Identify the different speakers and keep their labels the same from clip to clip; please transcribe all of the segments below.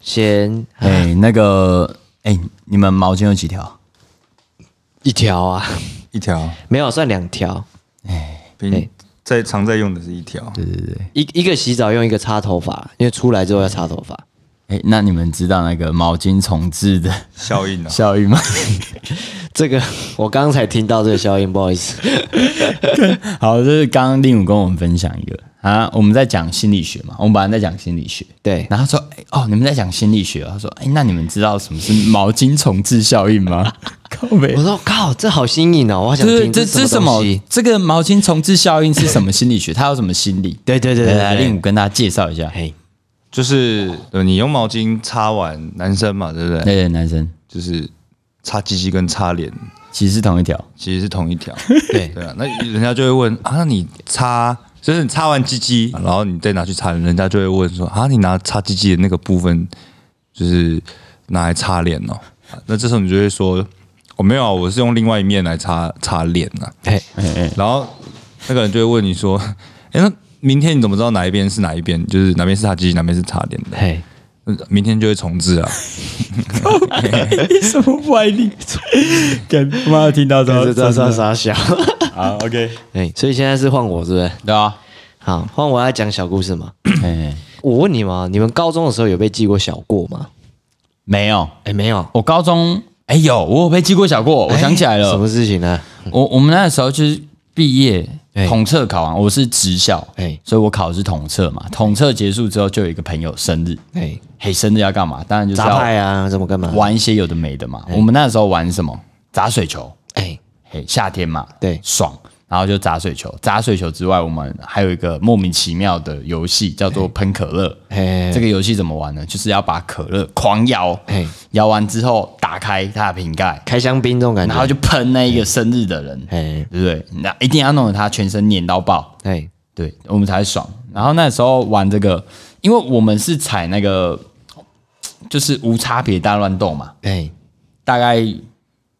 Speaker 1: 先 呃
Speaker 2: 哎、那个，哎、你们毛巾有几条？
Speaker 1: 一条 啊，
Speaker 3: 一条，
Speaker 1: 没有算两条，
Speaker 3: 平在常在用的是一条，
Speaker 1: 一一个洗澡用一个擦头发，因为出来之后要擦头发。
Speaker 2: 哎、那你们知道那个毛巾重置的
Speaker 3: 效应啊，
Speaker 2: 效应吗？
Speaker 1: 这个 我刚才听到这个消音，不好意思。
Speaker 2: 好，就是刚刚令武跟我们分享一个啊，我们在讲心理学嘛，我们本来在讲心理学，
Speaker 1: 对，
Speaker 2: 然后他说，哎、哦，你们在讲心理学哦，他说，哎、那你们知道什么是毛巾重置效应吗？靠 北
Speaker 1: 我。说 靠，这好新颖哦，我好想
Speaker 2: 就是
Speaker 1: 听
Speaker 2: 这这
Speaker 1: 是
Speaker 2: 是什
Speaker 1: 么
Speaker 2: 么
Speaker 1: 东西？？
Speaker 2: 这个毛巾重置效应是什么心理学？它有什么心理？
Speaker 1: 对对对对
Speaker 2: 来
Speaker 1: 对，
Speaker 2: 令武跟大家介绍一下。
Speaker 1: 嘿，
Speaker 3: 就是呃，你用毛巾擦完男生嘛，对不对？
Speaker 2: 对对，男生
Speaker 3: 就是擦鸡鸡跟擦脸
Speaker 2: 其实是同一条。
Speaker 3: 其实是同一条，
Speaker 1: 对
Speaker 3: 对啊。那人家就会问啊，那你擦就是你擦完鸡鸡，然后你再拿去擦，人家就会问说啊，你拿擦鸡鸡的那个部分就是拿来擦脸哦。啊那这时候你就会说，我、没有啊，我是用另外一面来擦擦脸啊。
Speaker 1: 嘿，
Speaker 3: 然后那个人就会问你说：“ 哎、那明天你怎么知道哪一边是哪一边？就是哪边是他鸡，哪边是他脸的
Speaker 1: 嘿，？”
Speaker 3: 那明天就会重置啊！
Speaker 2: 什么歪理？干妈听到之
Speaker 1: 这这这傻 小。
Speaker 2: 好，OK，
Speaker 1: 哎，所以现在是换我是不是？
Speaker 2: 对啊，
Speaker 1: 好，换我来讲小故事嘛。
Speaker 2: 哎，
Speaker 1: 我问你嘛，你们高中的时候有被记过小过吗？
Speaker 2: 没有，
Speaker 1: 哎，没有。
Speaker 2: 我高中哎有，我有被记过小过，我想起来
Speaker 1: 什
Speaker 2: 了，
Speaker 1: 么事情呢？
Speaker 2: 我我们那个时候就是毕业
Speaker 1: 哎
Speaker 2: 统测考完，我是职校，
Speaker 1: 哎
Speaker 2: 所以我考的是统测嘛，统测结束之后就有一个朋友生日，
Speaker 1: 哎，
Speaker 2: 嘿，生日要干嘛？当然就是
Speaker 1: 砸
Speaker 2: 要
Speaker 1: 派啊，怎么干嘛？
Speaker 2: 玩一些有的没的嘛。我们那时候玩什么？砸水球，
Speaker 1: 哎，
Speaker 2: 嘿，夏天嘛，
Speaker 1: 对
Speaker 2: 爽。然后就砸水球，砸水球之外，我们还有一个莫名其妙的游戏，叫做喷可乐。
Speaker 1: 嘿
Speaker 2: 这个游戏怎么玩呢？就是要把可乐狂摇
Speaker 1: 嘿，
Speaker 2: 摇完之后打开它的瓶盖，
Speaker 1: 开香槟这种感
Speaker 2: 然后
Speaker 1: 觉。
Speaker 2: 就喷那一个生日的人，
Speaker 1: 哎
Speaker 2: 对不对？那一定要弄得他全身黏到爆，
Speaker 1: 哎
Speaker 2: 对我们才爽。然后那时候玩这个，因为我们是踩那个就是无差别大乱斗嘛，
Speaker 1: 哎
Speaker 2: 大概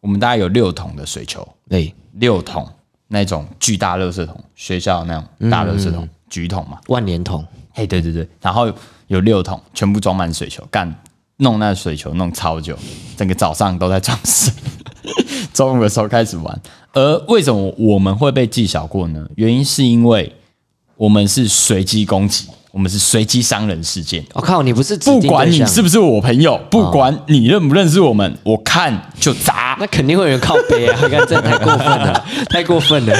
Speaker 2: 我们大概有六桶的水球，
Speaker 1: 哎，
Speaker 2: 六桶那种巨大垃圾桶，学校那种大垃圾桶，橘桶嘛。
Speaker 1: 万年桶。
Speaker 2: 嘿，对对对，然后有六桶，全部装满水球，干弄那水球弄超久，整个早上都在装水。 中午的时候开始玩，而为什么我们会被记小过呢？原因是因为我们是随机攻击，我们是随机伤人事件。
Speaker 1: 我哦靠，你不是指
Speaker 2: 不
Speaker 1: 定
Speaker 2: 管
Speaker 1: 对
Speaker 2: 你
Speaker 1: 象
Speaker 2: 是不是我朋友，不管你认不认识我们，我看就砸。
Speaker 1: 那肯定会有人靠背啊！你看，这太过分 了，太过分了。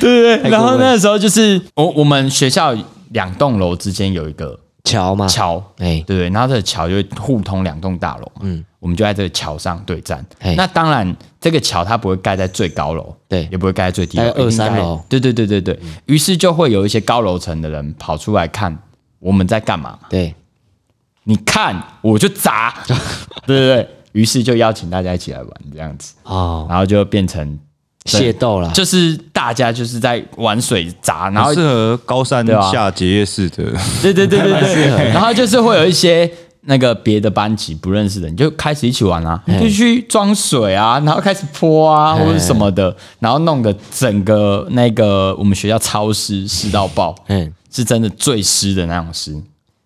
Speaker 2: 对对
Speaker 1: 太过分
Speaker 2: 对。然后那时候就是我我们学校两栋楼之间有一个
Speaker 1: 桥嘛，，
Speaker 2: 桥，
Speaker 1: 哎
Speaker 2: 对不对？然后这个桥就会互通两栋大楼，嗯，我们就在这个桥上对战
Speaker 1: 嘿。
Speaker 2: 那当然，这个桥它不会盖在最高楼，
Speaker 1: 哎对
Speaker 2: 也不会盖在最低楼，
Speaker 1: 大概二三
Speaker 2: 一定盖
Speaker 1: 楼。嗯
Speaker 2: 对对对对对。于是就会有一些高楼层的人跑出来看我们在干嘛嘛，
Speaker 1: 对，
Speaker 2: 你看我就砸， 对对对。于是就邀请大家一起来玩这样子，
Speaker 1: 哦，
Speaker 2: 然后就变成
Speaker 1: 械斗啦，
Speaker 2: 就是大家就是在玩水砸，然后
Speaker 3: 很适合高山
Speaker 2: 啊
Speaker 3: 下结业式的，
Speaker 2: 对啊对对对对，然后就是会有一些那个别的班级不认识的人，你就开始一起玩啊，你就去装水啊，然后开始泼啊或者什么的，然后弄得整个那个我们学校超湿湿到爆，
Speaker 1: 嗯，
Speaker 2: 是真的最湿的那种湿，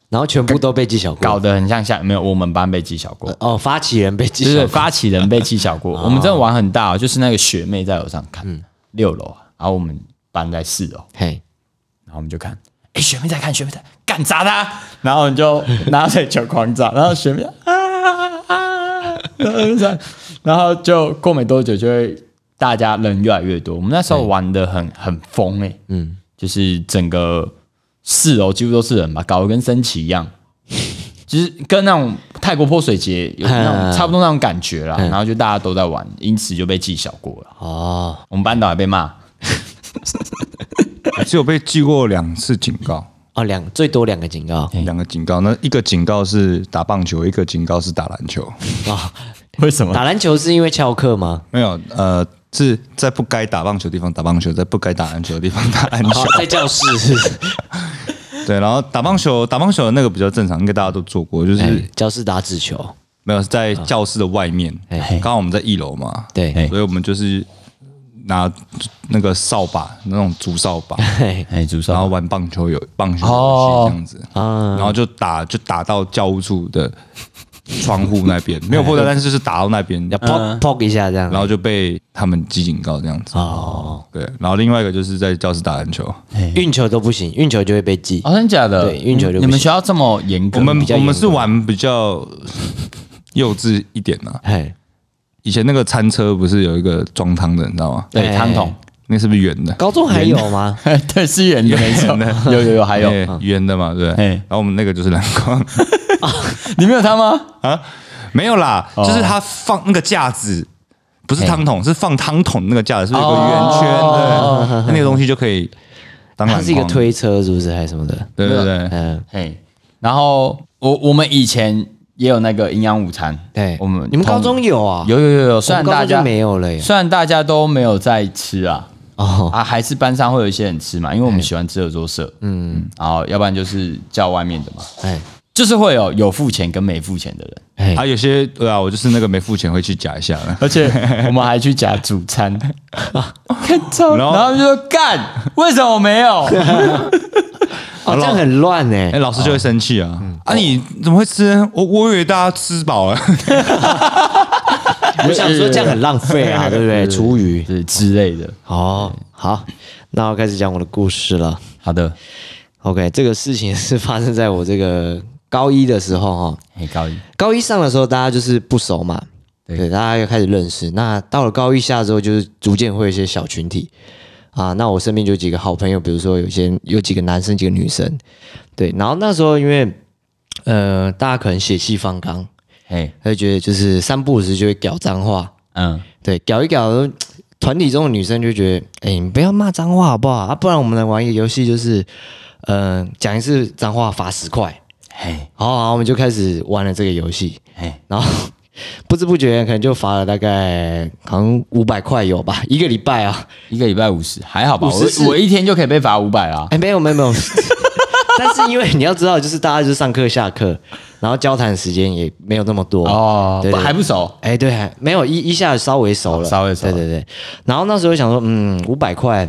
Speaker 1: 然后全部都被纪晓
Speaker 2: 搞
Speaker 1: 过。
Speaker 2: 得很像下没有我们班被记小过，
Speaker 1: 哦，发起人被纪
Speaker 2: 对对，
Speaker 1: 晓过，
Speaker 2: 发起人被记小过，我们真的玩很大、哦，就是那个学妹在楼上看，六楼啊，然后我们班在四楼。
Speaker 1: 嘿，
Speaker 2: 然后我们就看，哎、学妹在看，学妹在干砸他，然后你就拿水球狂砸，然后学妹啊啊，然后就这样然后就过没多久就会大家人越来越多，我们那时候玩的很很疯哎、嗯，就是整个四楼几乎都是人吧，搞得跟升旗一样。就是跟那种泰国泼水节有那种差不多那种感觉啦，然后就大家都在玩，因此就被记小过了。
Speaker 1: 哦，
Speaker 2: 我们班导还被骂，
Speaker 3: 我只有被记过两次警告，
Speaker 1: 哦，两最多两个警告
Speaker 3: 两个警告。那一个警告是打棒球，一个警告是打篮球。
Speaker 1: 哦，
Speaker 2: 为什么？
Speaker 1: 打篮球是因为翘课吗？
Speaker 3: 没有，呃，是在不该打棒球的地方打棒球，在不该打篮球的地方打篮球
Speaker 1: 哦。，在教 室
Speaker 3: 对，然后打棒球，打棒球的那个比较正常，应该大家都做过，就是
Speaker 1: 教室打纸球，
Speaker 3: 没有是在教室的外面。刚好我们在一楼嘛，
Speaker 1: 对，
Speaker 3: 所以我们就是拿那个扫把，那种竹扫 把，
Speaker 1: 嘿
Speaker 2: 哎，主
Speaker 3: 然后
Speaker 2: 少，
Speaker 3: 玩棒球有棒球
Speaker 2: 哦啊
Speaker 3: 游戏这样子，然后就打就打到教务处的窗户那 边，没有破掉，但是就是打到那边，
Speaker 1: 要
Speaker 2: 嗯
Speaker 1: pop pop 一下这样，
Speaker 3: 然后就被他们记警告这样 子。
Speaker 1: 哦，
Speaker 3: 对，然后另外一个就是在教室打篮球，
Speaker 1: 运球都不行，运球就会被记。
Speaker 2: 哦，真的假的？
Speaker 1: 对运球就不
Speaker 2: 你们
Speaker 1: 行
Speaker 2: 学校这么严格
Speaker 3: 我
Speaker 2: 吗？
Speaker 3: 们
Speaker 1: 较
Speaker 3: 我
Speaker 1: 严
Speaker 3: 们
Speaker 1: 格
Speaker 3: 是玩比较 幼稚一点啊。
Speaker 1: 嘿，
Speaker 3: 以前那个餐车不是有一个装汤的，你知道吗？
Speaker 2: 对
Speaker 1: 哎
Speaker 2: 汤 桶，
Speaker 3: 那是不是圆的？
Speaker 1: 高中还有吗？
Speaker 2: 对是圆的没错，有有有，还有
Speaker 3: 哎圆的嘛，对不对。
Speaker 2: 哎
Speaker 3: 然后我们那个就是篮筐
Speaker 2: 你没有他吗？
Speaker 3: 啊，没有啦，就是他放那个架子，不是汤桶，是放汤桶那个架子，是不是有个圆圈的，那个东西就可以当篮
Speaker 1: 它
Speaker 3: 筐。
Speaker 1: 是一个，推车，是不是还是什么的？
Speaker 3: 对对对，
Speaker 1: 嗯，
Speaker 2: 嘿，然后我我们以前也有那个营养午餐，
Speaker 1: 对，
Speaker 2: 我们
Speaker 1: 哎你们
Speaker 2: 同
Speaker 1: 高中有啊？
Speaker 2: 有有有有，虽
Speaker 1: 我
Speaker 2: 然
Speaker 1: 们高
Speaker 2: 大
Speaker 1: 中
Speaker 2: 家
Speaker 1: 就没有了耶。
Speaker 2: 虽然大家都没有在吃啊，
Speaker 1: 哦，
Speaker 2: 啊，还是班上会有一些人吃嘛，因为我们喜欢吃合作社，嗯，然后要不然就是叫外面的嘛，
Speaker 1: 哎
Speaker 2: 就是会有有付钱跟没付钱的人，
Speaker 1: 哎
Speaker 3: 啊，有些对啊，我就是那个没付钱会去夹一下的。
Speaker 2: 而且我们还去夹主 餐，哦看超，
Speaker 3: 然后
Speaker 2: 然后就说干，为什么没有？
Speaker 1: 哦，这样很乱
Speaker 3: 哎，
Speaker 1: 哎。
Speaker 3: 老师就会生气啊！啊，你怎么会吃呢？我我以为大家吃饱了，
Speaker 1: 我想说这样很浪费啊，对不对？厨余。
Speaker 2: 对之类的。
Speaker 1: 哦，好，那我开始讲我的故事了。
Speaker 2: 好的，
Speaker 1: OK，这个事情是发生在我这个高一的时候哈。
Speaker 2: 很高一，
Speaker 1: 高一上的时候，大家就是不熟嘛，对，大家又开始认识。那到了高一下之后，就是逐渐会有一些小群体啊。那我身边就有几个好朋友，比如说有些有几个男生，几个女生，对。然后那时候因为呃，大家可能血气方刚，
Speaker 2: 嘿，
Speaker 1: 他就觉得就是三不五时就会屌脏话，
Speaker 2: 嗯，
Speaker 1: 对，屌一屌，团体中的女生就觉得，哎、你不要骂脏话好不好啊？不然我们来玩一个游戏，就是呃，讲一次脏话罚十块。
Speaker 2: 嘿，
Speaker 1: 好好，我们就开始玩了这个游戏。
Speaker 2: 嘿，
Speaker 1: 然后不知不觉可能就罚了大概好像五百块有吧，一个礼拜啊。
Speaker 2: 一个礼拜五十，还好吧？
Speaker 1: 50是
Speaker 2: 我我一天就可以被罚五百啊啦。
Speaker 1: 哎，没有没有没有， 但是因为你要知道，就是大家就是上课下课，然后交谈时间也没有那么多
Speaker 2: 哦，
Speaker 1: 对
Speaker 2: 不
Speaker 1: 对
Speaker 2: 还不熟，
Speaker 1: 哎，对，还没有一一下稍微熟了，
Speaker 2: 哦稍微熟了
Speaker 1: 对对对。然后那时候想说，嗯，五百块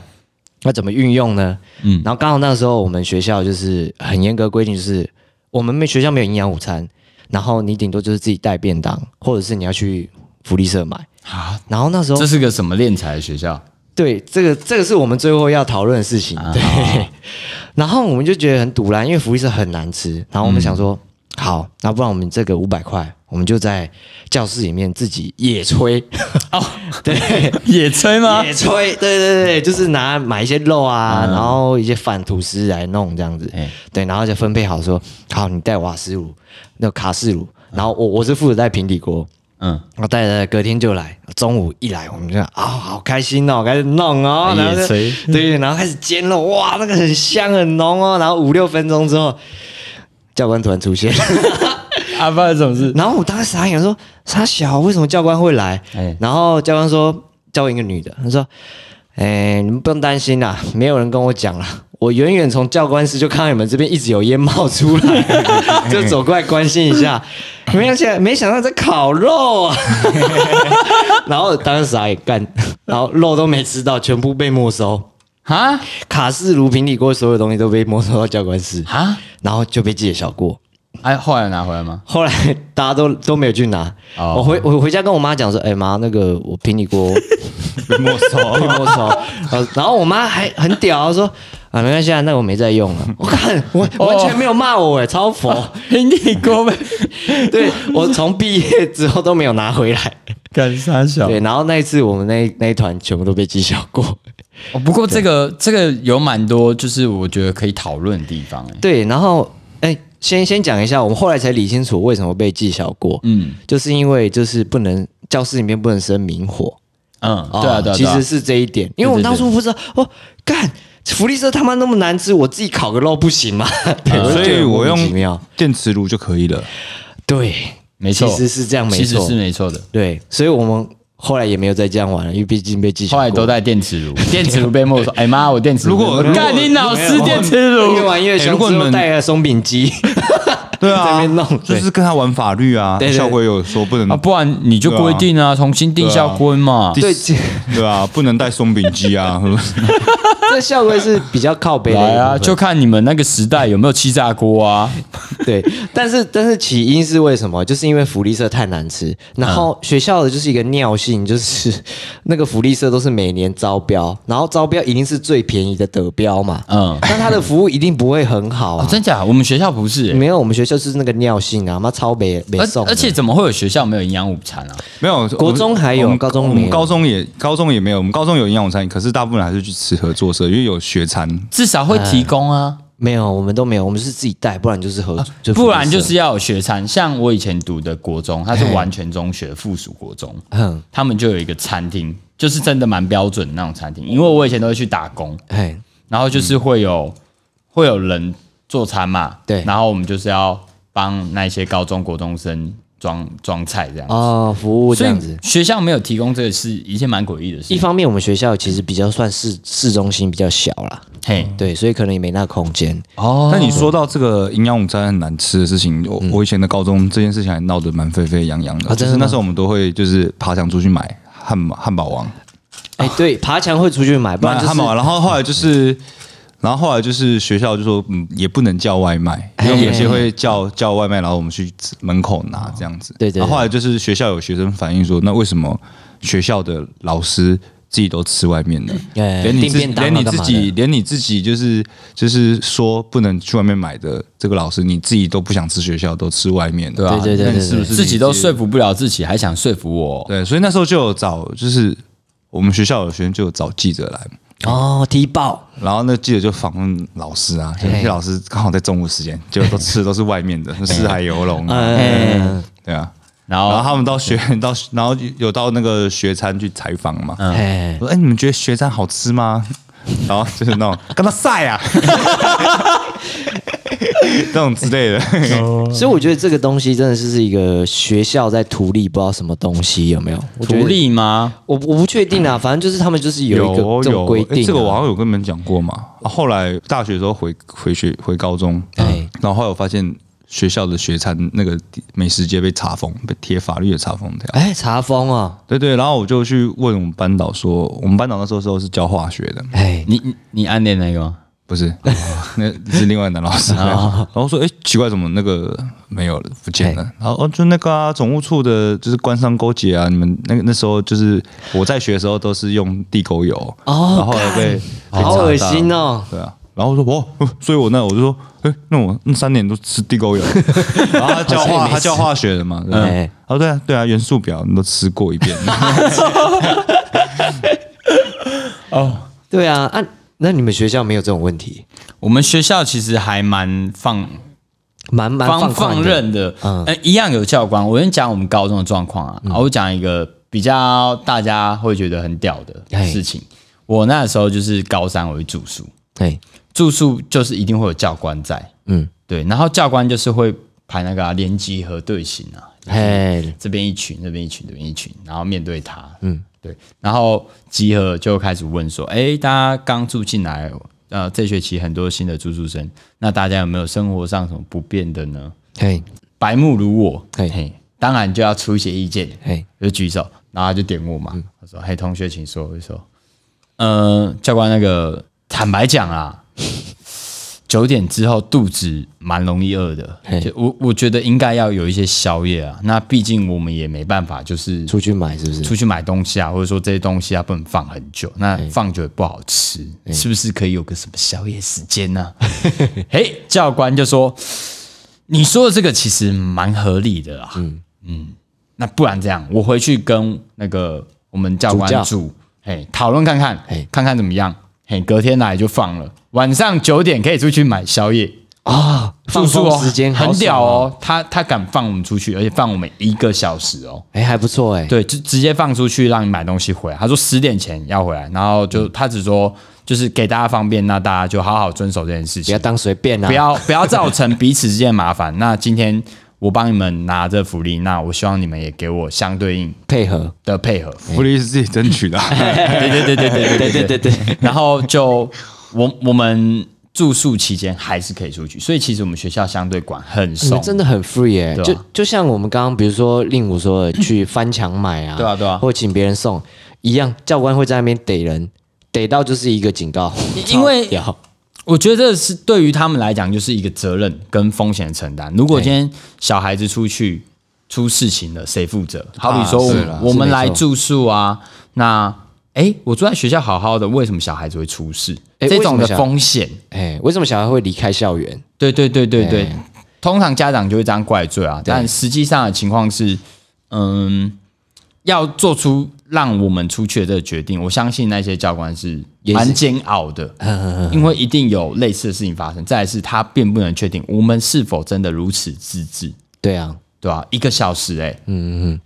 Speaker 1: 要怎么运用呢？嗯，然后刚好那时候我们学校就是很严格规定，就是我们没学校没有营养午餐，然后你顶多就是自己带便当，或者是你要去福利社买
Speaker 2: 啊。
Speaker 1: 然后那时候
Speaker 2: 这是个什么练才的学校？
Speaker 1: 对，这个这个是我们最后要讨论的事情。对， 然后我们就觉得很堵然，因为福利社很难吃。然后我们想说，好，那不然我们这个五百块，我们就在教室里面自己野炊。哦， 对，
Speaker 2: 野炊吗
Speaker 1: 野？炊，对对对，就是拿买一些肉啊，然后一些饭吐司来弄这样子
Speaker 2: 哎。
Speaker 1: 对，然后就分配好说，好，你带瓦斯炉，那卡式炉，然后我我是负责带平底锅。
Speaker 2: 嗯，
Speaker 1: 我带着隔天就来，中午一来我们就啊、好开心哦，开始弄哦，
Speaker 2: 野
Speaker 1: 然后就
Speaker 2: 炊
Speaker 1: 对，然后开始煎肉，哇，那个很香很浓哦，然后五六分钟之后，教官突然出现，
Speaker 2: 啊，不然什么事？
Speaker 1: 然后我当时傻眼说傻小，为什么教官会来？
Speaker 2: 哎
Speaker 1: 然后教官说教一个女的，他说，哎，你们不用担心啦，没有人跟我讲啦。我远远从教官室就看到你们这边一直有烟冒出来，就走过来关心一下。没想到，没想到在烤肉啊！ 然后当时傻眼干，然后肉都没吃到，全部被没收。
Speaker 2: 啊
Speaker 1: 卡式炉、平底锅，所有东西都被没收到教官室，
Speaker 2: 啊！
Speaker 1: 然后就被记得小过。
Speaker 2: 哎，后来有拿回来吗？
Speaker 1: 后来大家都都没有去拿。
Speaker 2: 哦
Speaker 1: 我回我回家跟我妈讲说，哎、妈，那个我平底 锅
Speaker 3: 被没收。
Speaker 1: 被没收，呃然后我妈还很屌，她说啊没关系啊，那我没在用了。我看我完全没有骂我哎、超佛。
Speaker 2: 哦 平底锅呗，
Speaker 1: 对我从毕业之后都没有拿回来。
Speaker 2: 干啥小
Speaker 1: 对，然后那一次我们那那一团全部都被记小 过。
Speaker 2: 哦，不过这个这个有蛮多，就是我觉得可以讨论的地方、欸。
Speaker 1: 对，然后哎、先先讲一下，我们后来才理清楚为什么被记小过。
Speaker 2: 嗯
Speaker 1: 就是因为就是不能教室里面不能生明火。
Speaker 2: 嗯，对啊对啊，
Speaker 1: 其
Speaker 2: 对啊
Speaker 1: 实是这一点，因为我当初不知道哦，干福利社他妈那么难吃，我自己烤个肉不行吗？对，就
Speaker 3: 所
Speaker 1: 觉
Speaker 3: 以
Speaker 1: 得
Speaker 3: 我
Speaker 1: 莫名其
Speaker 3: 用
Speaker 1: 妙，
Speaker 3: 电磁炉就可以了。
Speaker 1: 对，
Speaker 2: 没错，
Speaker 1: 其实是这样没
Speaker 2: 其实
Speaker 1: 错
Speaker 2: 是没错的。
Speaker 1: 对，所以我们后来也没有再这样玩了，因为毕竟被记
Speaker 2: 后来
Speaker 1: 过。
Speaker 2: 都带电磁炉， 电磁炉被没收。哎妈，我电磁炉
Speaker 3: 如果
Speaker 2: 被没收
Speaker 3: 如果
Speaker 2: 干你老师电磁
Speaker 1: 越
Speaker 2: 炉，
Speaker 1: 玩越
Speaker 3: 哎
Speaker 1: 凶，
Speaker 3: 如果
Speaker 1: 之
Speaker 3: 你
Speaker 1: 后
Speaker 3: 们
Speaker 1: 带了松饼机，
Speaker 3: 对啊，
Speaker 1: 在那边弄，
Speaker 3: 就是跟他玩法律啊。
Speaker 1: 对对对
Speaker 3: 校规有说不能
Speaker 2: 啊，不然你就规定啊，重新定校规嘛。
Speaker 1: 对，这
Speaker 3: 对啊，不能带松饼机啊。
Speaker 1: 这校规是比较靠北的一
Speaker 2: 来
Speaker 1: 个
Speaker 2: 啊，
Speaker 1: 部分
Speaker 2: 就看你们那个时代有没有气炸锅啊！
Speaker 1: 对，但是但是起因是为什么？就是因为福利社太难吃，然
Speaker 2: 嗯
Speaker 1: 后学校的就是一个尿性，就是 那个福利社都是每年招标，然后招标一定是最便宜的得标嘛，
Speaker 2: 嗯
Speaker 1: 嗯，但它的服务一定不会很好
Speaker 2: 哦
Speaker 1: 啊。，
Speaker 2: 真假？我们学校不是欸、
Speaker 1: 没有，我们学校是那个尿性啊，妈超北北
Speaker 2: 而
Speaker 1: 送的，
Speaker 2: 而且怎么会有学校没有营养午餐啊？
Speaker 3: 没有，
Speaker 1: 国中还有
Speaker 3: 我们
Speaker 1: 高中没有
Speaker 3: 我们高中也高中也没有，我们高中有营养午餐，可是大部分还是去吃合作社，因为有学餐。
Speaker 2: 至少会提供啊，
Speaker 1: 没有，我们都没有，我们是自己带，不然就是合，就
Speaker 2: 不然就是
Speaker 1: 要
Speaker 2: 要有学餐。像我以前读的国中，它是完全中学附属国中，
Speaker 1: 嗯，
Speaker 2: 他们就有一个餐厅，就是真的蛮标准的那种餐厅。因为我以前都会去打工，
Speaker 1: 哎，
Speaker 2: 然后就是会有、会有人做餐嘛，
Speaker 1: 对
Speaker 2: 然后我们就是要帮那些高中国中生装装菜这样。
Speaker 1: 哦，服务这
Speaker 2: 所
Speaker 1: 样子
Speaker 2: 以。学校没有提供这个是一件蛮诡异的事
Speaker 1: 一。方面，我们学校其实比较算市市中心比较小啦，
Speaker 2: 嘿，
Speaker 1: 对，所以可能也没那空间。
Speaker 2: 哦
Speaker 3: 但你说到这个营养午餐很难吃的事情，我我以前的高中这件事情还闹得蛮沸沸扬扬的，
Speaker 1: 啊嗯
Speaker 3: 就
Speaker 1: 真的
Speaker 3: 是
Speaker 1: 吗
Speaker 3: 那时候我们都会就是爬墙出去买汉堡汉堡王，
Speaker 1: 哎、对，爬墙会出去买，不
Speaker 3: 买
Speaker 1: 然就是
Speaker 3: 汉堡王，然后后来就是。然后后来就是学校就说，嗯，也不能叫外卖，
Speaker 1: 哎
Speaker 3: 因为我们有些会叫叫外卖，然后我们去门口拿这样子。
Speaker 1: 对对对
Speaker 3: 然后后来就是学校有学生反映说，那为什么学校的老师自己都吃外面的？
Speaker 1: 哎
Speaker 3: 连你
Speaker 1: 订
Speaker 3: 自
Speaker 1: 便当啊
Speaker 3: 连你自
Speaker 1: 干嘛
Speaker 3: 己连你自己就是就是说不能去外面买的这个老师，你自己都不想吃学校，都吃外面的，
Speaker 1: 对对对
Speaker 3: 那
Speaker 1: 对
Speaker 3: 你
Speaker 1: 对
Speaker 3: 是不是
Speaker 2: 自己都
Speaker 3: 睡？
Speaker 2: 说服不了自己，还想说服我？
Speaker 3: 对，所以那时候就有找，就是我们学校有学生就有找记者来，
Speaker 1: 哦，踢爆，
Speaker 3: 然后那记者就访问老师啊，就那
Speaker 1: 嘿
Speaker 3: 些老师刚好在中午时间，结果都吃的都是外面 的，四海游龙啊，
Speaker 1: 嗯，
Speaker 3: 对啊。
Speaker 2: 然
Speaker 3: 然后
Speaker 2: 后
Speaker 3: 他们到学到，然后有到那个学餐去采访嘛，
Speaker 1: 哎、
Speaker 3: 说：“哎，你们觉得学餐好吃吗？” 然后就是那种跟他晒啊， 这种之类的。
Speaker 1: 所以我觉得这个东西真的是是一个学校在图利，不知道什么东西有没有我觉得
Speaker 2: 福利吗？
Speaker 1: 我我不确定啊，反正就是他们就是 有一个
Speaker 3: 有
Speaker 1: 这种规定、啊
Speaker 3: 诶这个我好像有跟你们讲过嘛。啊后来大学的时候回回学回高中，嗯
Speaker 1: 哎
Speaker 3: 然后后来我发现学校的学餐那个美食街被查封，被贴法律的查封条。
Speaker 1: 哎、查封啊，
Speaker 3: 对对，然后我就去问我们班导说，我们班导那时候时候是教化学的，
Speaker 1: 哎、
Speaker 2: 你你你暗恋那个吗？
Speaker 3: 不是，那是另外一男老师。然后说，哎，奇怪，怎么那个没有了，不见了？然后哦，就那个啊，总务处的，就是官商勾结啊，你们那个那时候就是我在学的时候都是用地沟油，
Speaker 1: 哦
Speaker 3: 然后后来被被
Speaker 1: 好
Speaker 3: 查
Speaker 1: 恶
Speaker 3: 到
Speaker 1: 心哦，
Speaker 3: 对啊。然后我说哦，所以我那我就说，哎，那我那三年都吃地沟油，然后他教化他教化学的嘛，对吧
Speaker 1: 哎
Speaker 3: 哦对啊对啊，元素表你都吃过一遍，
Speaker 2: 哦，
Speaker 1: 对啊，啊，那你们学校没有这种问题，
Speaker 2: 我们学校其实还蛮放
Speaker 1: 蛮蛮
Speaker 2: 放
Speaker 1: 放宽
Speaker 2: 放
Speaker 1: 的，
Speaker 2: 任的，嗯、一样有教官。我先讲我们高中的状况啊，啊我讲一个比较大家会觉得很屌的
Speaker 1: 嘿
Speaker 2: 事情。我那时候就是高三，我会住宿，
Speaker 1: 哎、
Speaker 2: 住宿就是一定会有教官在，
Speaker 1: 嗯，
Speaker 2: 对，然后教官就是会排那个、啊、联机和队形啊，
Speaker 1: 哎，
Speaker 2: 这边一群，这边一群，这边一群，然后面对他，嗯，对，然后集合就开始问说，哎，大家刚住进来，呃，这学期很多新的住宿生，那大家有没有生活上什么不便的呢？
Speaker 1: 哎，
Speaker 2: 白目如我，
Speaker 1: 嘿
Speaker 2: 嘿，当然就要出一些意见，
Speaker 1: 嘿
Speaker 2: 就举手，然后他就点我嘛，
Speaker 1: 嗯
Speaker 2: 他说：“嘿，同学，请说。”我就说：“呃，教官，那个坦白讲啊， 九点之后肚子蛮容易饿的，
Speaker 1: 嘿
Speaker 2: 就我我觉得应该要有一些宵夜啊。那毕竟我们也没办法，就是
Speaker 1: 出去买是不是？
Speaker 2: 出去买东西啊，或者说这些东西啊不能放很久，那
Speaker 1: 哎
Speaker 2: 放久也不好吃，是不是可以有个什么宵夜时间呢、 嘿，教官就说：“你说的这个其实蛮合理的啦。”嗯那不然这样，我回去跟那个我们教
Speaker 1: 主教哎
Speaker 2: 官组，嘿，讨论看看
Speaker 1: 嘿，
Speaker 2: 看看怎么样。嘿，隔天来就放了，晚上九点可以出去买宵夜。
Speaker 1: 啊，
Speaker 2: 住
Speaker 1: 放
Speaker 2: 宿
Speaker 1: 松
Speaker 2: 哦，
Speaker 1: 时间
Speaker 2: 很
Speaker 1: 好爽啊
Speaker 2: 屌，哦，他他敢放我们出去，而且放我们一个小时哦。
Speaker 1: 哎、还不错哎、
Speaker 2: 对，就直接放出去让你买东西回来。他说十点前要回来，然后
Speaker 1: 嗯
Speaker 2: 就他只说就是给大家方便，那大家就好好遵守这件事
Speaker 1: 不要
Speaker 2: 情，
Speaker 1: 当随便啊，
Speaker 2: 不要不要造成彼此之间的麻烦。那今天我帮你们拿着福利，那我希望你们也给我相对应
Speaker 1: 配合，
Speaker 2: 的 配合。
Speaker 3: 福利是自己争取的啊。
Speaker 2: 对对对对对对对对对。然后就我我们住宿期间还是可以出去，所以其实我们学校相对管很
Speaker 1: 你
Speaker 2: 松
Speaker 1: 们，真的很 free 耶、
Speaker 2: 对啊
Speaker 1: 就就像我们刚刚，比如说令武说的，去翻墙买啊，
Speaker 2: 对啊对啊
Speaker 1: 或请别人送一样，教官会在那边逮人，逮到就是一个警告，
Speaker 2: 因为
Speaker 1: 超屌
Speaker 2: 我觉得这是对于他们来讲就是一个责任跟风险承担。如果今天小孩子出去出事情了，谁负责？好比说我
Speaker 3: 是
Speaker 2: 们、
Speaker 3: 啦
Speaker 2: 我们
Speaker 1: 啊是没
Speaker 2: 来
Speaker 1: 错
Speaker 2: 住宿啊，那诶，我住在学校好好的，为什么小孩子会出事？
Speaker 1: 诶
Speaker 2: 这种
Speaker 1: 为
Speaker 2: 的
Speaker 1: 什么小
Speaker 2: 风险，
Speaker 1: 哎、为什么小孩会离开校园？
Speaker 2: 对对对对对，通常家长就会这样怪罪啊，但实际上的情况是，嗯，要做出让我们出去的这个决定，我相信那些教官是
Speaker 1: 是
Speaker 2: 蛮煎熬的，因为一定有类似的事情发生。再来是他并不能确定我们是否真的如此自制，
Speaker 1: 对啊，
Speaker 2: 对吧、一个小时、欸，哎，嗯嗯嗯。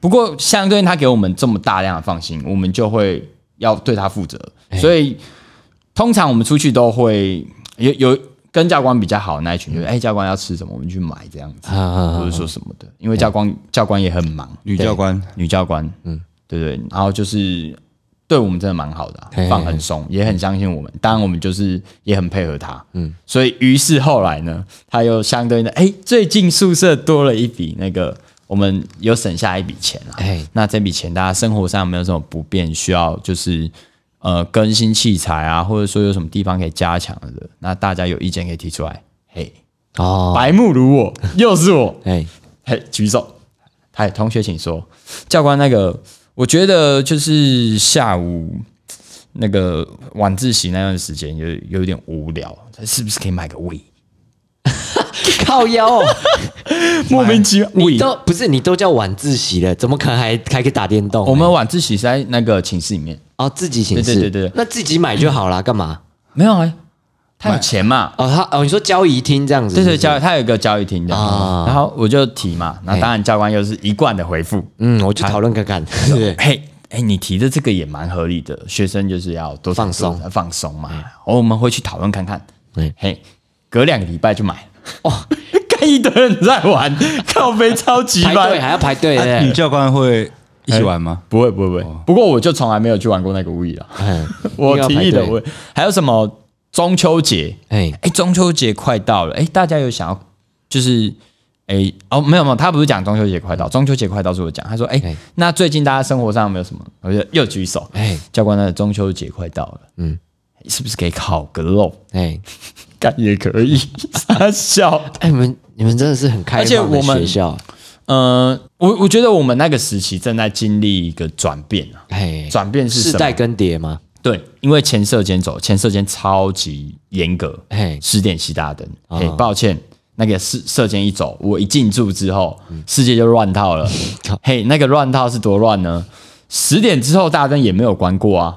Speaker 2: 不过相对应他给我们这么大量的放心，我们就会要对他负责，所以通常我们出去都会有有跟教官比较好的那一群，就是哎、教官要吃什么，我们去买这样子，
Speaker 1: 啊啊啊
Speaker 2: 或者说什么的，因为教官教官也很忙，
Speaker 3: 女教官
Speaker 2: 女教官，嗯，对对，然后就是对我们真的蛮好的啊、
Speaker 1: 嘿嘿
Speaker 2: 放很松，也很相信我们。当然，我们就是也很配合他，嗯，所以于是后来呢，他又相对应的，哎，最近宿舍多了一笔那个，我们有省下一笔钱啊，
Speaker 1: 哎
Speaker 2: 那这笔钱大家生活上有没有什么不便，需要就是。呃，更新器材啊，或者说有什么地方可以加强的，那大家有意见可以提出来。嘿，
Speaker 1: 哦，
Speaker 2: 白目如我，又是我，
Speaker 1: 哎、
Speaker 2: 嘿，举手。嗨，同学，请说。教官，那个，我觉得就是下午那个晚自习那段时间有有点无聊，是不是可以买个 w
Speaker 1: 靠腰、哦，
Speaker 2: 莫名其妙
Speaker 1: 你都不是你都叫晚自习了，怎么可能还还可以打电动？
Speaker 2: 我们晚自习是在那个寝室里面，
Speaker 1: 哦，自己寝室，
Speaker 2: 对对对对
Speaker 1: 那自己买就好啦，干嘛？
Speaker 2: 没有哎、他有钱嘛？
Speaker 1: 哦，他哦，你说交易厅这样子
Speaker 2: 对
Speaker 1: 是不
Speaker 2: 对，
Speaker 1: 是，
Speaker 2: 教他有一个教育厅的，
Speaker 1: 啊
Speaker 2: 然后我就提嘛，那当然教官又是一贯的回复，
Speaker 1: 嗯，我去讨论看 看，对不 对？
Speaker 2: 嘿，哎，你提的这个也蛮合理的，学生就是要多
Speaker 1: 放松
Speaker 2: 多呃放松嘛。哦，我们回去讨论看看。
Speaker 1: 嗯
Speaker 2: 嘿，隔两个礼拜就买了。哇， 看一堆人在玩，靠背超级
Speaker 1: 排队还
Speaker 2: 班。
Speaker 1: 要排队， 对不
Speaker 3: 女
Speaker 1: 对
Speaker 3: 教官会一起玩吗？
Speaker 2: 不会不会不会，不过我就从来没有去玩过那个物语了。
Speaker 1: 嗯，
Speaker 2: 我提议的，
Speaker 1: 哦一定要排队
Speaker 2: 我还有什么中秋节？
Speaker 1: 哎，
Speaker 2: 哎，中秋节快到了，哎，大家有想要就是。哎，哦，没有没有，他不是讲中秋节快到，中秋节快到是我讲，他说，哎
Speaker 1: 哎，
Speaker 2: 那最近大家生活上有没有什么？我就又举手，
Speaker 1: 哎
Speaker 2: 教官，那中秋节快到了，嗯，是不是可以烤个肉？
Speaker 1: 哎
Speaker 2: 干也可 以，傻笑。
Speaker 1: 哎，你们你们真的是很开
Speaker 2: 而且
Speaker 1: 放的
Speaker 2: 我们
Speaker 1: 学校，
Speaker 2: 呃，我我觉得我们那个时期正在经历一个转变啊，
Speaker 1: 哎，
Speaker 2: 转变是
Speaker 1: 世
Speaker 2: 什
Speaker 1: 代
Speaker 2: 么？
Speaker 1: 更迭吗？
Speaker 2: 对，因为前射监走，前射监超级严格，
Speaker 1: 嘿
Speaker 2: 十点熄大灯。嘿，抱歉，那个射射监一走，我一进驻之后，世界就乱套了。嘿，那个乱套是多乱呢？十点之后大灯也没有关过啊，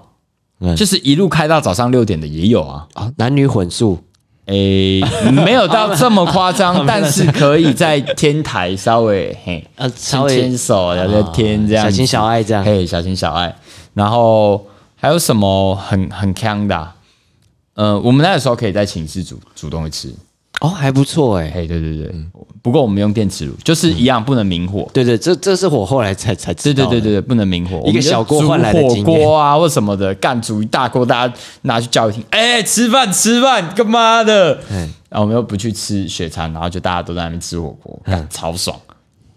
Speaker 1: 嗯
Speaker 2: 就是一路开到早上六点的也有啊。
Speaker 1: 啊，男女混宿，
Speaker 2: 诶、没有到这么夸张，但是可以在天台稍微嘿，
Speaker 1: 呃，稍
Speaker 2: 牵牵
Speaker 1: 微
Speaker 2: 手聊聊天这样子、
Speaker 1: 小情小爱这啊样
Speaker 2: 嘿，小情小爱。然后还有什么很很强的、啊？呃，我们那个时候可以在寝室煮煮东西吃。
Speaker 1: 哦，还不错哎，
Speaker 2: 嘿，对对对，不过我们用电磁炉，就是
Speaker 1: 嗯
Speaker 2: 一样不能明火。
Speaker 1: 对对，这这是我后来才才
Speaker 2: 对
Speaker 1: 知
Speaker 2: 对
Speaker 1: 道的，
Speaker 2: 对对对，不能明火，
Speaker 1: 一个小锅换来的
Speaker 2: 我们
Speaker 1: 经
Speaker 2: 就
Speaker 1: 验
Speaker 2: 煮火锅啊或什么的，干煮一大锅，大家拿去教育厅，哎、吃饭吃饭，干嘛的？
Speaker 1: 哎
Speaker 2: 嗯，然后我们又不去吃雪餐，然后就大家都在那边吃火锅，
Speaker 1: 哎
Speaker 2: 干超爽。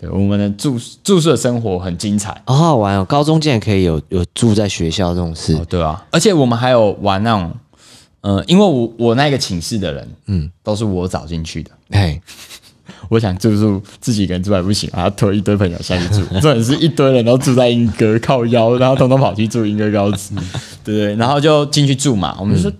Speaker 2: 对，我们的住住宿的生活很精彩。
Speaker 1: 好好玩哦，高中竟然可以有有住在学校这种事
Speaker 2: 哦，，对啊，而且我们还有玩那种，呃，因为我我那个寝室的人，嗯，都是我找进去的。
Speaker 1: 哎，
Speaker 2: 我想住宿自己一个人住还不行，还要推一堆朋友下去住， 重点是一堆人都住在英歌靠腰，然后统统跑去住英歌高职，对不对？然后就进去住嘛，我们就说。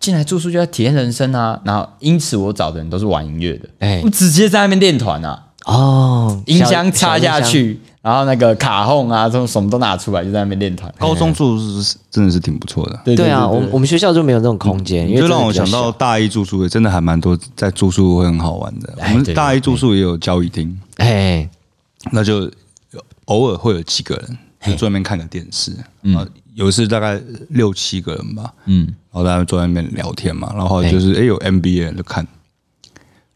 Speaker 2: 进来住宿就要体验人生啊，然后因此我找的人都是玩音乐的，
Speaker 1: 哎
Speaker 2: 我直接在那边练团啊，
Speaker 1: 哦，
Speaker 2: 音
Speaker 1: 小
Speaker 2: 箱插下，
Speaker 1: 小音
Speaker 2: 去，然后那个卡哄啊，这种什么都拿出来，就在那边练团。
Speaker 3: 高中住宿是真的是挺不错的。
Speaker 1: 箱
Speaker 2: 哦对嗯
Speaker 1: 对啊，我们我们学校就没有这种空间，因为
Speaker 3: 就让
Speaker 1: 真的
Speaker 3: 我
Speaker 1: 比较
Speaker 3: 想到
Speaker 1: 小
Speaker 3: 大一住宿也真的还蛮多，在住宿会很好玩的。
Speaker 2: 哎
Speaker 3: 我
Speaker 2: 对
Speaker 3: 们大一住宿也有交易厅，
Speaker 1: 哎，
Speaker 3: 那就偶尔会有几个人就坐那边看个电视，啊，有一次大概六七个人吧，嗯，然后大家坐在那边聊天嘛，然后就是哎、有 NBA 就看，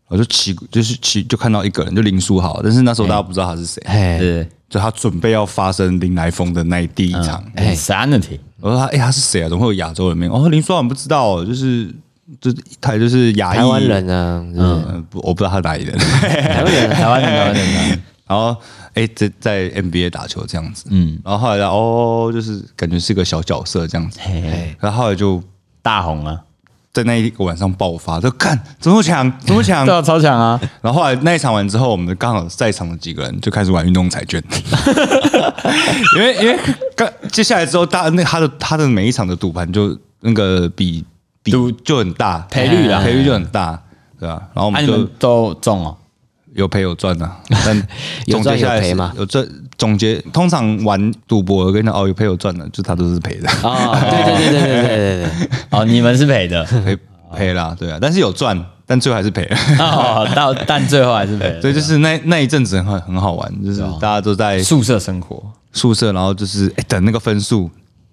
Speaker 3: 我就奇就是奇就看到一个人就林书豪，但是那时候大家不知道他是谁，
Speaker 1: 哎，
Speaker 2: 对，
Speaker 3: 就他准备要发生林来疯的那第一场，
Speaker 2: 嗯哎，sanity，
Speaker 3: 我说他哎、他是谁啊？怎么会有亚洲人名？哦，林书豪你不知道、哦，就是就是一台就是亚裔
Speaker 1: 台湾人，啊，嗯，
Speaker 3: 嗯，不我不知道他哪里人，
Speaker 1: 台湾人，
Speaker 2: 台湾人，台湾人，台湾啊人
Speaker 3: 然后哎，在在 NBA 打球这样子，
Speaker 2: 嗯
Speaker 3: 嗯，然后后来哦，就是感觉是个小角色这样子，
Speaker 2: 嘿嘿
Speaker 1: 哎，
Speaker 3: 然后后来就
Speaker 2: 大红啊，
Speaker 3: 在那一个晚上爆发，就看怎么抢，怎么 抢
Speaker 2: 对。啊，超强啊，
Speaker 3: 然后后来那一场完之后，我们刚好在场的几个人就开始玩运动彩券， 因为因为刚接下来之后，大那他的他的每一场的赌盘就那个比比
Speaker 2: 赌
Speaker 3: 就很大，
Speaker 2: 赔率啦
Speaker 3: 赔率就很大，对吧、然后我
Speaker 2: 啊，
Speaker 3: 们
Speaker 2: 你
Speaker 3: 就、
Speaker 2: 们都中哦，
Speaker 3: 有赔有赚啊，但
Speaker 1: 有赚
Speaker 3: 总结下来
Speaker 1: 有赔
Speaker 3: 是
Speaker 1: 嘛
Speaker 3: 有赚总结通常玩赌博，我跟你讲哦，有赔有赚的，就他都是赔的，
Speaker 2: 嗯
Speaker 1: 哦，对对对对对对对对，
Speaker 2: 哦，你们是赔的，
Speaker 3: 赔赔啦，对啊，但是有赚，但最后还是赔了。
Speaker 2: 哦，到但最后还是 赔了，
Speaker 3: 对，就是那那一阵子很很好玩，就是大家都在
Speaker 2: 宿舍生活，
Speaker 3: 宿舍，然后就是哎等那个分数，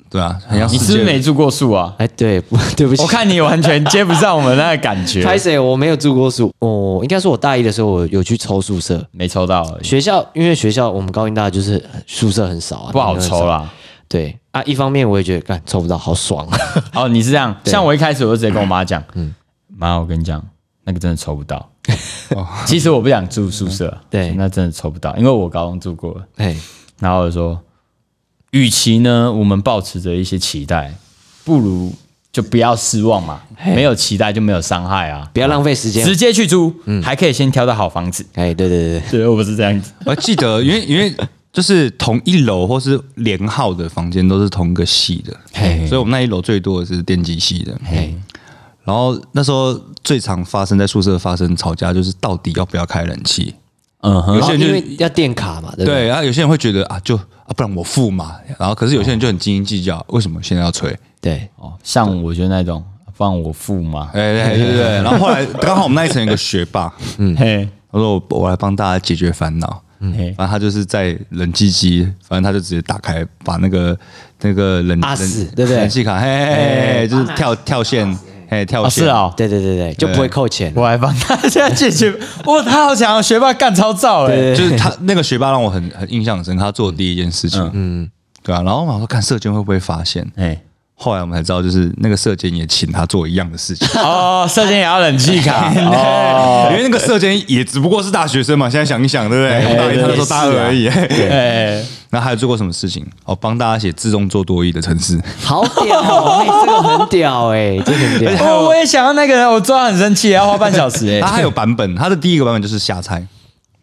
Speaker 3: 对啊，很像
Speaker 2: 你是不
Speaker 3: 世
Speaker 2: 是
Speaker 3: 界
Speaker 2: 没住过宿 啊？
Speaker 1: 哎，对不，对不起，
Speaker 2: 我看你完全接不上我们那个感觉，
Speaker 1: 拍谁我没有住过宿，哦，应该说我大一的时候我有去抽宿舍，
Speaker 2: 没抽到而已，
Speaker 1: 学校因为学校我们高音大就是宿舍很少啊，
Speaker 2: 不好抽
Speaker 1: 了。
Speaker 2: 啦。
Speaker 1: 对啊，一方面我也觉得，干抽不到，嗯好爽 啊！
Speaker 2: 哦，你是这样，像我一开始我就直接跟我妈讲，妈，我跟你讲，那个真的抽 不到。其实我不想住宿舍，
Speaker 1: 哦
Speaker 2: 啊
Speaker 1: 对
Speaker 2: 那真的抽不到，因为我高中住过了。
Speaker 1: 哎，
Speaker 2: 然后我就说，与其呢，我们抱持着一些期待，不如就不要失望嘛，没有期待就没有伤害啊，
Speaker 1: 不要浪费时间。
Speaker 2: 直接去租，还可以先挑到好房子。
Speaker 1: 哎，对对对
Speaker 2: 对，我不是这样子。
Speaker 3: 我还记得，因为因为就是同一楼或是连号的房间都是同一个系的，
Speaker 2: 哎
Speaker 3: 所以我们那一楼最多的是电机系
Speaker 2: 嗯
Speaker 3: 的。然后那时候最常发生在宿舍发生吵架，就是到底要不要开冷气？
Speaker 2: 嗯哼，
Speaker 1: 对，
Speaker 3: 有
Speaker 1: 然后
Speaker 3: 些人
Speaker 1: 因
Speaker 3: 就
Speaker 1: 为要电卡嘛，对不对？
Speaker 3: 对，然后有些人会觉得啊，就啊，不然我付嘛。然后可是有些人就很斤斤计较，为什么现在要吹？
Speaker 1: 对
Speaker 2: 哦，像我就那种放我付嘛，
Speaker 3: 哎，对对对。然后后来刚好我们那一层有个学霸，
Speaker 2: 嘿，
Speaker 3: 他说我我来帮大家解决烦恼。
Speaker 2: 嘿，
Speaker 3: 反正他就是在冷气机，反正他就直接打开，把那个那个冷
Speaker 1: 啊
Speaker 3: 冷
Speaker 1: 是对不对
Speaker 3: 冷气卡，嘿嘿嘿嘿，就是跳跳线，嘿跳
Speaker 2: 哦，
Speaker 3: 线
Speaker 2: 是，哦，
Speaker 1: 对对对对，就不会扣钱。
Speaker 2: 我还帮大家解决。哇，他好强哦，学霸干超燥哎、欸。
Speaker 3: 就是他那个学霸让我很很印象很深，他做的第一件事情，嗯，对啊，然后我想说看社监会不会发现，
Speaker 2: 哎、
Speaker 3: 后来我们才知道，就是那个社监也请他做一样的事情，
Speaker 2: 哦，射箭也要冷气 卡哦。
Speaker 3: 因为那个社监也只不过是大学生嘛，现在想一想，对不对？大一他那时候大二而已。
Speaker 2: 哎、
Speaker 3: 然后还有做过什么事情？哦，帮大家写自动做多益的城市。
Speaker 1: 好屌 哦，哎，这个很屌哎，这个很屌。
Speaker 2: 哦，我也想要那个，我抓很生气，要花半小时 哎、
Speaker 3: 他还有版本，他的第一个版本就是瞎猜，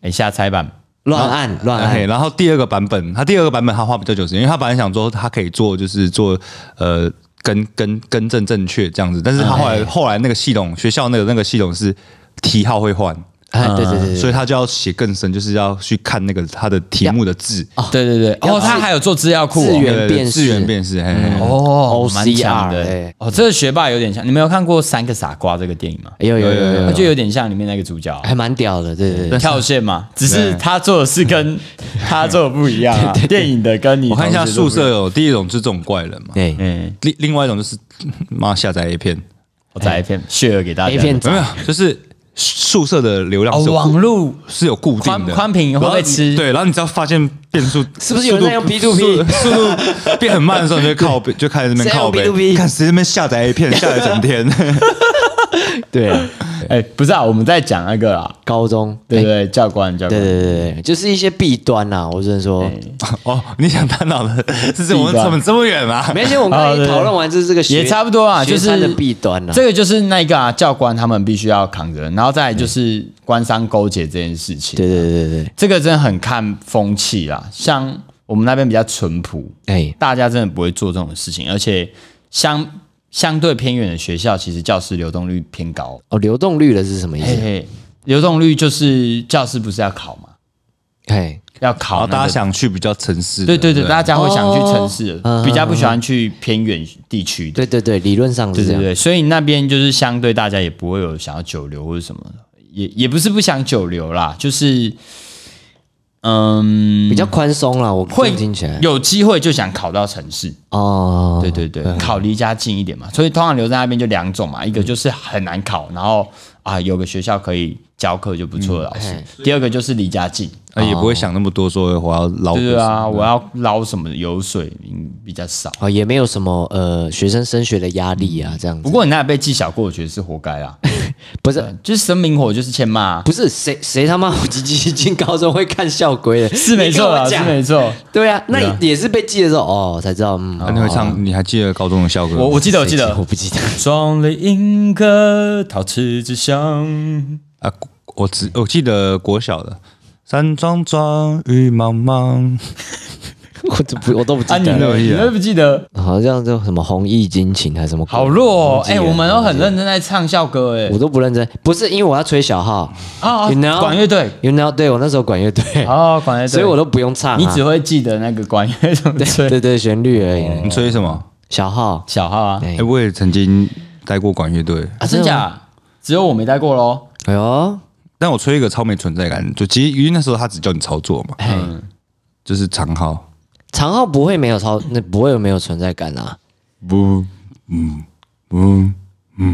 Speaker 2: 哎、下拆版
Speaker 1: 乱 按乱
Speaker 3: 哎，
Speaker 1: 按，
Speaker 3: 然后第二个版本，他第二个版本他花比较久时间，因为他本来想说他可以做就是做呃更更更正正确这样子，但是他后
Speaker 1: 哎
Speaker 3: 来后来那个系统学校那个那个系统是题号会换，
Speaker 1: 哎，对对对
Speaker 2: 嗯
Speaker 3: 所
Speaker 1: 对，
Speaker 3: 以他就要写更深，就是要去看那个他的题目的字，
Speaker 2: 对对对，哦，他还有做资料库、
Speaker 1: 资
Speaker 2: 哦。
Speaker 1: 源
Speaker 3: 对对对
Speaker 1: 辨识嗯
Speaker 3: 字源辨识，哎嘿嘿嘿
Speaker 2: 哦
Speaker 1: OCR，
Speaker 2: 蛮强的
Speaker 1: 哎。
Speaker 2: 哦，这个学霸有点像，你们有看过《三个傻瓜》这个电影吗？
Speaker 1: 有有有
Speaker 2: 他
Speaker 1: 有
Speaker 2: 就
Speaker 1: 有，
Speaker 2: 有点像里面那个主角啊、
Speaker 1: 还蛮屌的，对哎对对。
Speaker 2: 跳线嘛，只是
Speaker 3: 对
Speaker 2: 他做的事跟他做的不一样啊。电影的跟你
Speaker 3: 我看一下
Speaker 2: 同时做
Speaker 3: 宿
Speaker 2: 不一样，
Speaker 3: 舍有第一种就是这种怪人嘛，
Speaker 1: 对
Speaker 2: 嗯，
Speaker 3: 另另外一种就是妈下载 A 片，
Speaker 2: 我再来一片 share 给大家。
Speaker 1: ，A 片
Speaker 3: 没有没有，就是宿舍的流量
Speaker 2: 哦
Speaker 3: 是，有
Speaker 2: 网络
Speaker 3: 是有固定
Speaker 2: 宽
Speaker 3: 的
Speaker 2: 宽屏会不会吃？
Speaker 3: 然后你对，然后你只要发现变 速
Speaker 1: 是不是有人在用 P2P
Speaker 3: 速度速度变很慢的时候，你就靠 背，就开始在那
Speaker 1: 谁
Speaker 3: 边
Speaker 1: 用
Speaker 3: 靠背
Speaker 1: P2P
Speaker 3: 看谁在那边下载 A 片，下载整天。
Speaker 1: 对，
Speaker 2: 哎，不是啊，我们在讲那个啦，
Speaker 1: 高中
Speaker 2: 对不
Speaker 1: 哎
Speaker 2: 对？教官教
Speaker 1: 对
Speaker 2: 官，
Speaker 1: 对对对，就是一些弊端呐，我只能说。
Speaker 3: 哦，你想探讨的是这我
Speaker 2: 地
Speaker 3: 们
Speaker 2: 瓜
Speaker 3: 怎么这么远啊？
Speaker 1: 没事，我们刚
Speaker 2: 哦对
Speaker 1: 才讨论完就是这个学
Speaker 2: 也差不多啊，就
Speaker 1: 学餐
Speaker 2: 是
Speaker 1: 的弊端呐。
Speaker 2: 这个就是那个啊，教官他们必须要扛责任，然后再来就是官商勾结这件事情，
Speaker 1: 对对对对对，
Speaker 2: 这个真的很看风气啦。像我们那边比较淳朴，
Speaker 1: 哎，
Speaker 2: 大家真的不会做这种事情，而且相相对偏远的学校，其实教师流动率偏高。
Speaker 1: 哦，流动率的是什么意
Speaker 2: 嘿
Speaker 1: 思？
Speaker 2: 嘿，流动率就是教师不是要考嘛，
Speaker 1: 哎，
Speaker 2: 要
Speaker 3: 然
Speaker 2: 考、
Speaker 3: 后
Speaker 2: 那个
Speaker 3: 哦大家想去比较城市的，
Speaker 2: 对对对，
Speaker 3: 不
Speaker 2: 大家会想去城市，
Speaker 1: 哦
Speaker 2: 比较不喜欢去偏远地区的。
Speaker 1: 对对对，理论上
Speaker 2: 对
Speaker 1: 是这样。
Speaker 2: 对对，所以那边就是相对大家也不会有想要久留或者什么的，也也不是不想久留啦，就是嗯，
Speaker 1: 比较宽松啦，我
Speaker 2: 会
Speaker 1: 听起来
Speaker 2: 有机会就想考到城市。
Speaker 1: 哦，
Speaker 2: 对对对，考离家近一点嘛，所以通常留在那边就两种嘛，一个就是很难考，然后啊有个学校可以教课就不错的老师；
Speaker 1: 嗯
Speaker 2: 第二个就是离家近，
Speaker 3: 哎呃也不会想那么多，说我要捞。
Speaker 2: 对啊，我要捞什么油水，嗯比较少。
Speaker 1: 哦，也没有什么呃学生升学的压力啊，这样子。
Speaker 2: 不过你那被记小过，我觉得是活 该啦。
Speaker 1: 不是
Speaker 2: 就是生明火就是欠骂、啊，
Speaker 1: 不是谁谁他妈我鸡鸡进高中会看校规的，
Speaker 2: 是没错啦，
Speaker 1: 你跟
Speaker 2: 是
Speaker 1: 我讲
Speaker 2: 没错。
Speaker 1: 对啊，那也是被记的时候哦才知道，嗯，
Speaker 3: 啊那你会唱？你还记得高中的校歌吗？
Speaker 2: 哦我我记得我记
Speaker 1: 谁我
Speaker 2: 得，
Speaker 1: 不记得。
Speaker 2: 壮丽迎客，陶瓷之乡。
Speaker 3: 啊，我只我记得国小的山庄庄雨茫茫，
Speaker 1: 我都不，我都不记
Speaker 2: 啊，你
Speaker 1: 得了。
Speaker 2: 呢？你都不记得？
Speaker 1: 好像就什么弘毅金琴还是什么，
Speaker 2: 好弱哦！
Speaker 1: 记
Speaker 2: 哎，
Speaker 1: 得
Speaker 2: 我们都很认真在唱校歌，哎
Speaker 1: 我，都不认真。不是因为我要吹小号
Speaker 2: 啊，
Speaker 1: 你呢？
Speaker 2: 管乐队，
Speaker 1: You know，对我那时候管乐队，
Speaker 2: 哦，管乐队，
Speaker 1: 所以我都不用唱啊。
Speaker 2: 你只会记得那个管乐怎么吹
Speaker 1: 对哦对旋律而
Speaker 2: 哦
Speaker 1: 已。
Speaker 3: 你吹什么？
Speaker 1: 小号，
Speaker 2: 小号啊？
Speaker 1: 哎
Speaker 3: 哎，我也曾经待过管乐队，
Speaker 2: 啊，真假？只有我没带过喽。
Speaker 1: 哎呦，
Speaker 3: 但我吹一个超没存在感，就其实因为那时候他只叫你操作嘛，就是长号，
Speaker 1: 长号不会没有超，那不会有没有存在感啊。
Speaker 3: 不，嗯嗯，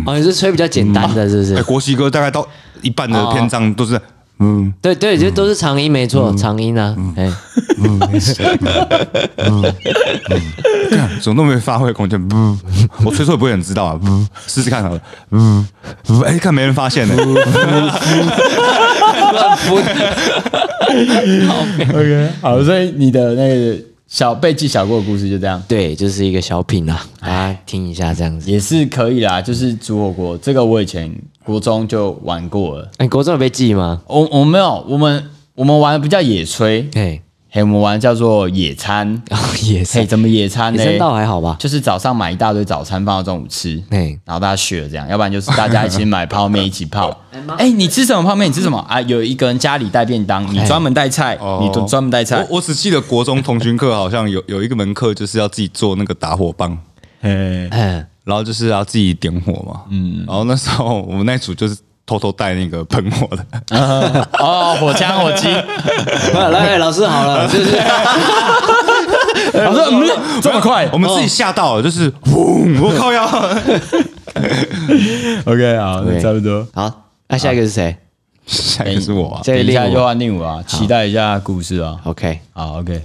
Speaker 1: 哦，你是吹比较简单的，是不
Speaker 3: 哎，
Speaker 1: 是？
Speaker 3: 国旗歌大概到一半的篇章都是嗯，
Speaker 1: 对对，就都是长音，没错，长音啊。哎，
Speaker 3: 干怎么都没发挥空间，不，我吹错也不会有人知道啊，不，试试看好了，嗯，哎，看没人发现呢，
Speaker 2: OK，好， 所以你的那个小被记小过的故事就这样，
Speaker 1: 对，就是一个小品啊，大家听一下这样子。
Speaker 2: 也是可以啦。就是煮火锅，这个我以前国中就玩过了。
Speaker 1: 哎，国中有被记吗？
Speaker 2: 我我没有，我们我们玩的不叫野炊，
Speaker 1: 哎，
Speaker 2: 嘿，我们玩叫做野餐。
Speaker 1: 哦，野
Speaker 2: 嘿，
Speaker 1: 生，
Speaker 2: 怎么野餐
Speaker 1: 野
Speaker 2: 呢？
Speaker 1: 生倒还 好吧？
Speaker 2: 就是早上买一大堆早餐放到中午吃，
Speaker 1: 哎，
Speaker 2: 然后大家 share 这样，要不然就是大家一起买泡面一起泡。哎、你吃什么泡面？你吃什么啊？有一个人家里带便当，你专门带菜，你都专门带菜。
Speaker 3: 我我只记得国中同军课好像有有一个门课就是要自己做那个打火棒，
Speaker 2: 嘿
Speaker 1: 嗯，
Speaker 3: 然后就是要自己点火嘛，嗯，然后那时候我们那组就是偷偷带那个喷火的，
Speaker 2: 哦，火枪火机，
Speaker 1: 来来，老师好了，就是
Speaker 2: 我说嗯，这么快
Speaker 3: 我们自己吓到了，就是轰，我靠 呀！
Speaker 2: ？OK，好，那
Speaker 1: 对
Speaker 2: 差不多。
Speaker 1: 好。那下一个是谁？
Speaker 3: 下一个是我啊，
Speaker 1: 这
Speaker 2: 等
Speaker 1: 个
Speaker 2: 一下
Speaker 1: 练
Speaker 2: 就
Speaker 1: 我。
Speaker 2: 换令武啊，期待一下故事啊。
Speaker 1: OK，
Speaker 2: 好，OK，